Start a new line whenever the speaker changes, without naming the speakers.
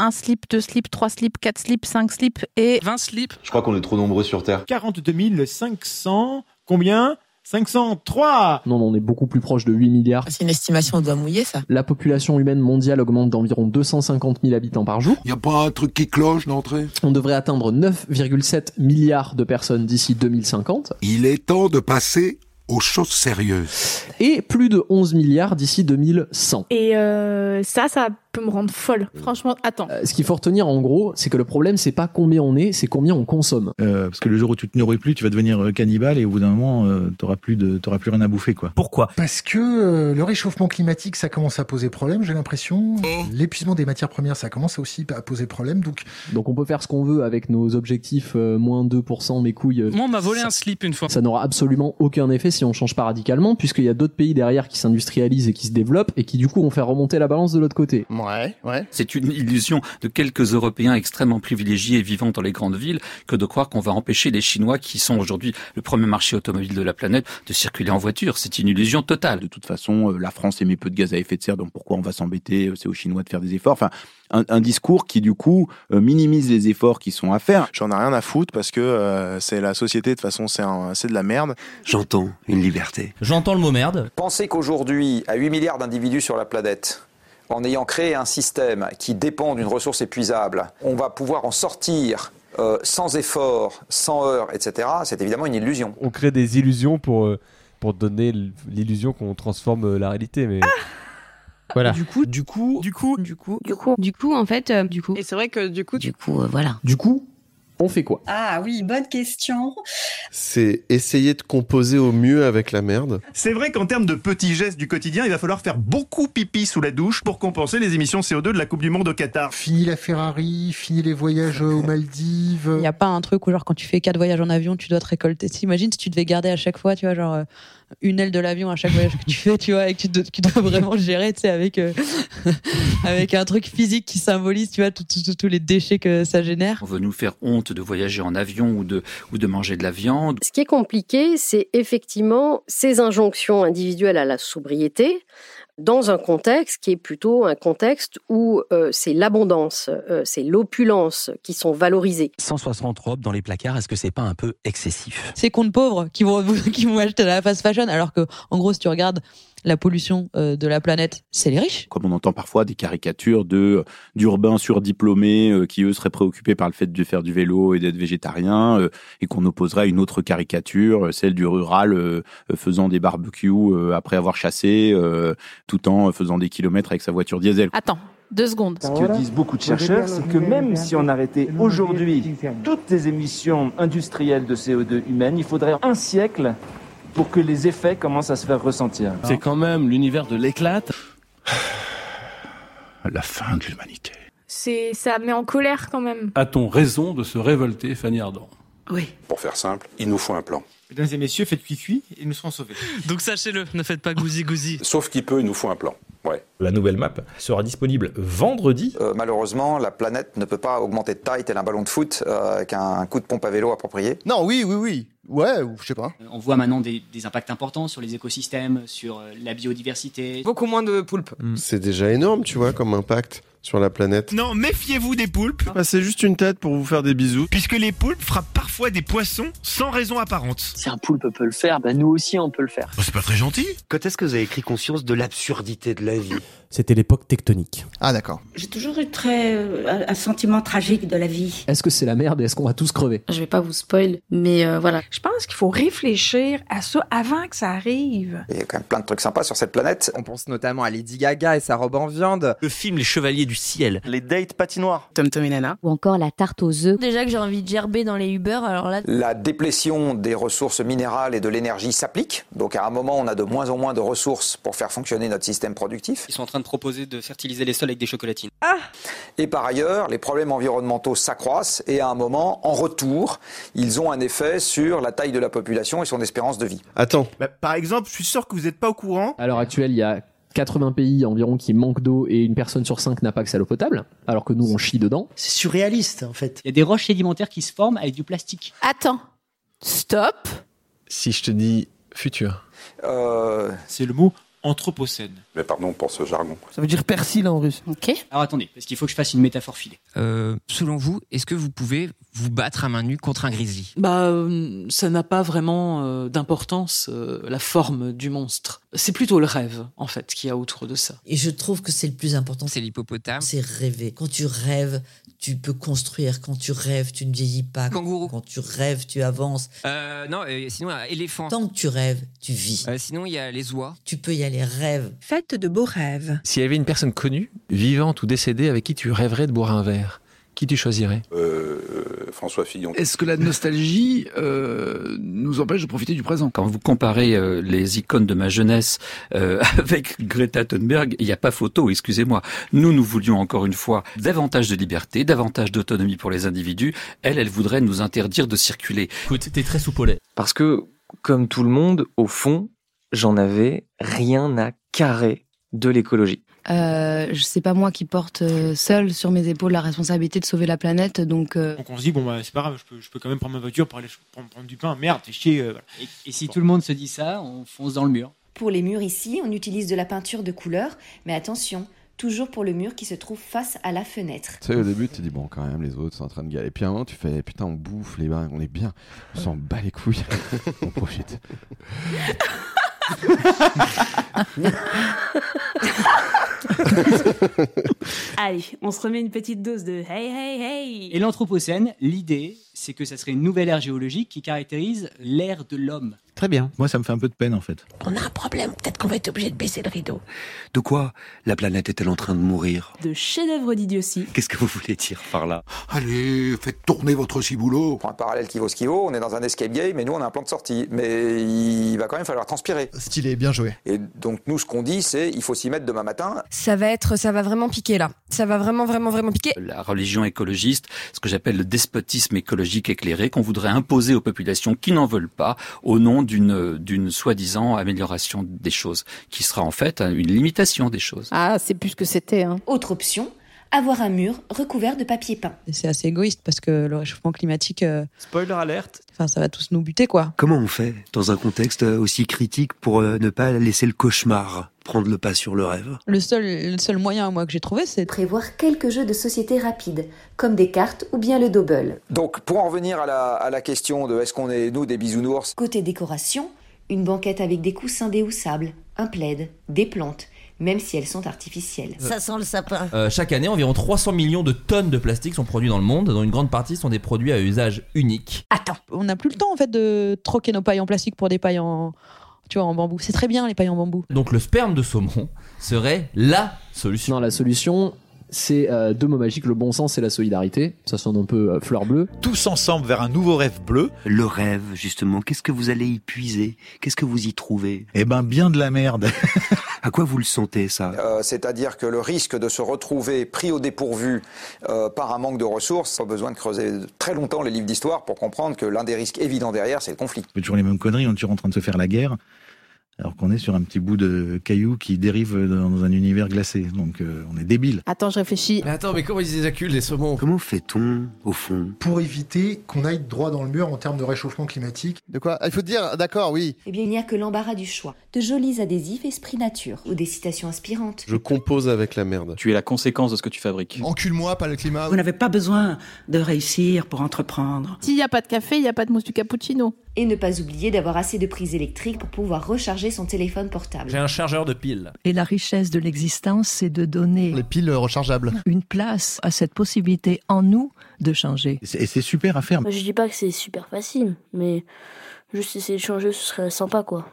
un slip, deux slips, trois slips, quatre slips, cinq slips et
20 slips.
Je crois qu'on est trop nombreux sur Terre.
42 500, combien 503
Non, non, on est beaucoup plus proche de 8 milliards.
Ah, C'est une estimation, on doit mouiller ça.
La population humaine mondiale augmente d'environ 250 000 habitants par jour.
Y a pas un truc qui cloche d'entrée
On devrait atteindre 9,7 milliards de personnes d'ici 2050
Il est temps de passer aux choses sérieuses.
et plus de 11 milliards d'ici 2100.
Et euh, ça, ça peut me rendre folle.
franchement, attends.
Euh, Ce qu'il faut retenir en gros, c'est que le problème c'est pas combien on est, c'est combien on consomme.
Euh, parce que le jour où tu te nourris plus, tu vas devenir euh, cannibale et au bout d'un moment, euh, t'auras plus de, t'auras plus rien à bouffer, quoi.
Pourquoi Parce que euh, le réchauffement climatique, ça commence à poser problème, j'ai l'impression.
Mmh.
L'épuisement des matières premières, ça commence aussi à poser problème. Donc,
Donc on peut faire ce qu'on veut avec nos objectifs euh, moins 2% mes couilles. euh,
Moi, on m'a volé un slip une fois.
Ça n'aura absolument aucun effet si on change pas radicalement, puisqu'il y a d'autres pays derrière qui s'industrialisent et qui se développent et qui du coup vont faire remonter la balance de l'autre côté.
Ouais, ouais.
C'est une illusion de quelques Européens extrêmement privilégiés et vivant dans les grandes villes que de croire qu'on va empêcher les Chinois, qui sont aujourd'hui le premier marché automobile de la planète, de circuler en voiture. C'est une illusion totale.
De toute façon, euh, la France émet peu de gaz à effet de serre, donc pourquoi on va s'embêter euh, C'est aux Chinois de faire des efforts. Enfin, un, un discours qui, du coup, euh, minimise les efforts qui sont à faire.
J'en ai rien à foutre parce que euh, c'est la société, de toute façon, c'est un- c'est de la merde.
J'entends une liberté.
J'entends le mot merde.
Pensez qu'aujourd'hui, à 8 milliards d'individus sur la planète, en ayant créé un système qui dépend d'une ressource épuisable, on va pouvoir en sortir euh, sans effort, sans heurts, etc. C'est évidemment une illusion.
On crée des illusions pour, euh, pour donner l- l'illusion qu'on transforme euh, la réalité, mais... Voilà.
Du coup, du coup, du coup,
Du coup, du coup, du coup, en fait, euh, du coup.
Et c'est vrai que du coup,
Du coup, euh, voilà.
Du coup, on fait quoi
Ah oui, bonne question.
C'est essayer de composer au mieux avec la merde.
C'est vrai qu'en termes de petits gestes du quotidien, il va falloir faire beaucoup pipi sous la douche pour compenser les émissions CO2 de la Coupe du Monde au Qatar.
fini la Ferrari, fini les voyages euh, aux Maldives.
Il n'y a pas un truc où, genre, quand tu fais quatre voyages en avion, tu dois te récolter. T'imagines si tu devais garder à chaque fois, tu vois, genre, euh, une aile de l'avion à chaque voyage que tu fais, tu vois, et que tu, dois- tu dois vraiment gérer, tu sais, avec, euh, avec un truc physique qui symbolise, tu vois, tout- tout- tout- tous les déchets que ça génère.
On veut nous faire honte de voyager en avion ou de, ou de manger de la viande.
Ce qui est compliqué, c'est effectivement ces injonctions individuelles à la sobriété dans un contexte qui est plutôt un contexte où euh, c'est l'abondance, euh, c'est l'opulence qui sont valorisées.
160 robes dans les placards, est-ce que c'est pas un peu excessif
Ces comptes pauvres qui vont, qui vont acheter de la fast fashion, alors que, en gros, si tu regardes la pollution euh, de la planète, c'est les riches.
Comme on entend parfois des caricatures de euh, d'urbains surdiplômés euh, qui eux seraient préoccupés par le fait de faire du vélo et d'être végétarien euh, et qu'on opposerait à une autre caricature, euh, celle du rural euh, euh, faisant des barbecues euh, après avoir chassé euh, tout en faisant des kilomètres avec sa voiture diesel.
Attends, deux secondes.
Ce que disent beaucoup de chercheurs, c'est que même si on arrêtait aujourd'hui toutes les émissions industrielles de CO2 humaines, il faudrait un siècle pour que les effets commencent à se faire ressentir.
C'est quand même l'univers de l'éclate.
La fin de l'humanité.
C'est, ça met en colère quand même.
A-t-on raison de se révolter, Fanny Ardant
Oui.
Pour faire simple, il nous faut un plan.
Mesdames et messieurs, faites cuicui et nous serons sauvés.
Donc sachez-le, ne faites pas gousi gousi.
Sauf qu'il peut, il nous faut un plan. Ouais.
La nouvelle map sera disponible vendredi.
Euh, malheureusement, la planète ne peut pas augmenter de taille tel un ballon de foot euh, qu'un coup de pompe à vélo approprié.
Non, oui, oui, oui. Ouais, ou je sais pas.
On voit maintenant des, des impacts importants sur les écosystèmes, sur euh, la biodiversité.
Beaucoup moins de poulpes.
Mm. C'est déjà énorme, tu vois, comme impact sur la planète.
Non, méfiez-vous des poulpes,
Bah, c'est juste une tête pour vous faire des bisous.
puisque les poulpes frappent parfois des poissons sans raison apparente.
Si un poulpe peut le faire, bah nous aussi on peut le faire.
c'est pas très gentil. Quand est-ce que vous avez pris conscience de l'absurdité de la vie
C'était l'époque tectonique.
Ah, d'accord.
J'ai toujours eu très, euh, un sentiment tragique de la vie.
Est-ce que c'est la merde et est-ce qu'on va tous crever
Je vais pas vous spoil, mais euh, voilà.
Je pense qu'il faut réfléchir à ça avant que ça arrive.
Il y a quand même plein de trucs sympas sur cette planète.
On pense notamment à Lady Gaga et sa robe en viande.
Le film Les Chevaliers du Ciel.
Les dates patinoires.
Tom Tom et Nana.
Ou encore la tarte aux œufs.
Déjà que j'ai envie de gerber dans les Uber, alors là,
La déplétion des ressources minérales et de l'énergie s'applique. Donc à un moment, on a de moins en moins de ressources pour faire fonctionner notre système productif.
Ils sont en train de proposer de fertiliser les sols avec des chocolatines.
Et par ailleurs, les problèmes environnementaux s'accroissent et à un moment, en retour, ils ont un effet sur la taille de la population et son espérance de vie.
Attends,
Bah, par exemple, je suis sûr que vous n'êtes pas au courant.
À l'heure actuelle, il y a 80 pays environ qui manquent d'eau et une personne sur cinq n'a pas accès à l'eau potable, alors que nous on chie dedans.
C'est surréaliste en fait.
Il y a des roches sédimentaires qui se forment avec du plastique.
Attends, stop.
si je te dis futur.
Euh,
C'est le mot
Anthropocène.
Mais pardon pour ce jargon.
Ça veut dire persil en russe.
Ok.
Alors attendez, parce qu'il faut que je fasse une métaphore filée.
Euh, selon vous, est-ce que vous pouvez vous battre à main nue contre un grizzly
Bah, euh, ça n'a pas vraiment euh, d'importance, euh, la forme du monstre. C'est plutôt le rêve, en fait, qu'il y a autour de ça.
Et je trouve que c'est le plus important. C'est l'hippopotame. C'est rêver. Quand tu rêves, tu peux construire. Quand tu rêves, tu ne vieillis pas. Kangourou. Quand tu rêves, tu avances.
Euh, non, euh, sinon, un éléphant.
Tant que tu rêves, tu vis.
Euh, sinon, il y a les oies.
Tu peux y aller, rêve.
Faites de beaux rêves.
S'il y avait une personne connue, vivante ou décédée, avec qui tu rêverais de boire un verre, qui tu choisirais
Euh, euh, François Fillon.
Est-ce que la nostalgie euh, nous empêche de profiter du présent
Quand vous comparez euh, les icônes de ma jeunesse euh, avec Greta Thunberg, il n'y a pas photo, excusez-moi. Nous, nous voulions encore une fois davantage de liberté, davantage d'autonomie pour les individus. Elle, elle voudrait nous interdire de circuler.
Écoute, t'es très soupolé. Parce que, comme tout le monde, au fond, j'en avais rien à carrer de l'écologie.
Euh, je- c'est pas moi qui porte euh, seule sur mes épaules la responsabilité de sauver la planète, donc euh,
Donc on se dit, bon, bah, c'est pas grave, je peux, je peux quand même prendre ma voiture pour aller ch- prendre, prendre du pain. Merde, t'es chier. euh, voilà.
Et si tout le monde se dit ça, on fonce dans le mur.
Pour les murs ici, on utilise de la peinture de couleur, mais attention, toujours pour le mur qui se trouve face à la fenêtre.
Tu sais, au début, tu te dis, bon, quand même, les autres sont en train de galérer. Puis à un moment, tu fais, putain, on bouffe, les bains, on est bien, on s'en bat les couilles, on profite.
Allez, on se remet une petite dose de hey hey hey.
Et l'Anthropocène, l'idée, c'est que ça serait une nouvelle ère géologique qui caractérise l'ère de l'homme.
Très bien. Moi, ça me fait un peu de peine, en fait.
On a un problème, peut-être qu'on va être obligé de baisser le rideau.
De quoi la planète est-elle en train de mourir
De chef-d'œuvre d'idiotie.
Qu'est-ce que vous voulez dire par là
Allez, faites tourner votre ciboulot. Pour un parallèle qui vaut ce qui vaut, on est dans un escape game et nous on a un plan de sortie. Mais il va quand même falloir transpirer.
Stylé, bien joué.
Et donc nous ce qu'on dit c'est il faut s'y mettre demain matin.
Ça va être, ça va vraiment piquer là. Ça va vraiment, vraiment, vraiment piquer.
La religion écologiste, ce que j'appelle le despotisme écologique éclairé qu'on voudrait imposer aux populations qui n'en veulent pas au nom d'une d'une soi-disant amélioration des choses, qui sera en fait hein, une limitation des choses.
Ah, c'est plus ce que c'était. Hein.
Autre option, avoir un mur recouvert de papier peint.
Et c'est assez égoïste parce que le réchauffement climatique, euh,
Spoiler alerte.
enfin, ça va tous nous buter, quoi.
Comment on fait dans un contexte euh, aussi critique pour euh, ne pas laisser le cauchemar prendre le pas sur le rêve
Le seul, le seul moyen, moi, que j'ai trouvé, c'est
Prévoir quelques jeux de société rapides, comme des cartes ou bien le double.
Donc pour en revenir à la, à la question de est-ce qu'on est nous des bisounours
Côté décoration, une banquette avec des coussins déhoussables, un plaid, des plantes, même si elles sont artificielles.
Ça sent le sapin.
Euh, chaque année, environ 300 millions de tonnes de plastique sont produites dans le monde, dont une grande partie sont des produits à usage unique.
on n'a plus le temps en fait de troquer nos pailles en plastique pour des pailles en tu vois en bambou. C'est très bien les pailles en bambou.
Donc le sperme de saumon serait la solution.
Non, la solution, c'est euh, deux mots magiques, le bon sens et la solidarité. Ça sonne un peu euh, fleur bleue.
Tous ensemble vers un nouveau rêve bleu.
Le rêve, justement, qu'est-ce que vous allez y puiser Qu'est-ce que vous y trouvez
Eh ben, bien de la merde.
À quoi vous le sentez, ça
Euh, C'est-à-dire que le risque de se retrouver pris au dépourvu euh, par un manque de ressources, pas besoin de creuser très longtemps les livres d'histoire pour comprendre que l'un des risques évidents derrière, c'est le conflit.
On fait toujours les mêmes conneries, on est toujours en train de se faire la guerre, alors qu'on est sur un petit bout de caillou qui dérive dans un univers glacé. Donc, euh, on est débile.
Attends, je réfléchis.
Mais attends, mais comment ils éjaculent les saumons
Comment fait-on, au fond
Pour éviter qu'on aille droit dans le mur en termes de réchauffement climatique.
De quoi Ah, Il faut dire, d'accord, oui.
Eh bien, il n'y a que l'embarras du choix. De jolis adhésifs esprit nature ou des citations inspirantes.
Je compose avec la merde.
Tu es la conséquence de ce que tu fabriques.
Encule-moi, pas le climat.
Vous n'avez pas besoin de réussir pour entreprendre.
S'il n'y a pas de café, il n'y a pas de mousse du cappuccino.
Et ne pas oublier d'avoir assez de prises électriques pour pouvoir recharger son téléphone portable.
J'ai un chargeur de piles.
Et la richesse de l'existence, c'est de donner
Les piles rechargeables.
une place à cette possibilité en nous de changer.
Et c'est- Et c'est super à faire.
Moi, je dis pas que c'est super facile, mais juste essayer de changer, ce serait sympa, quoi.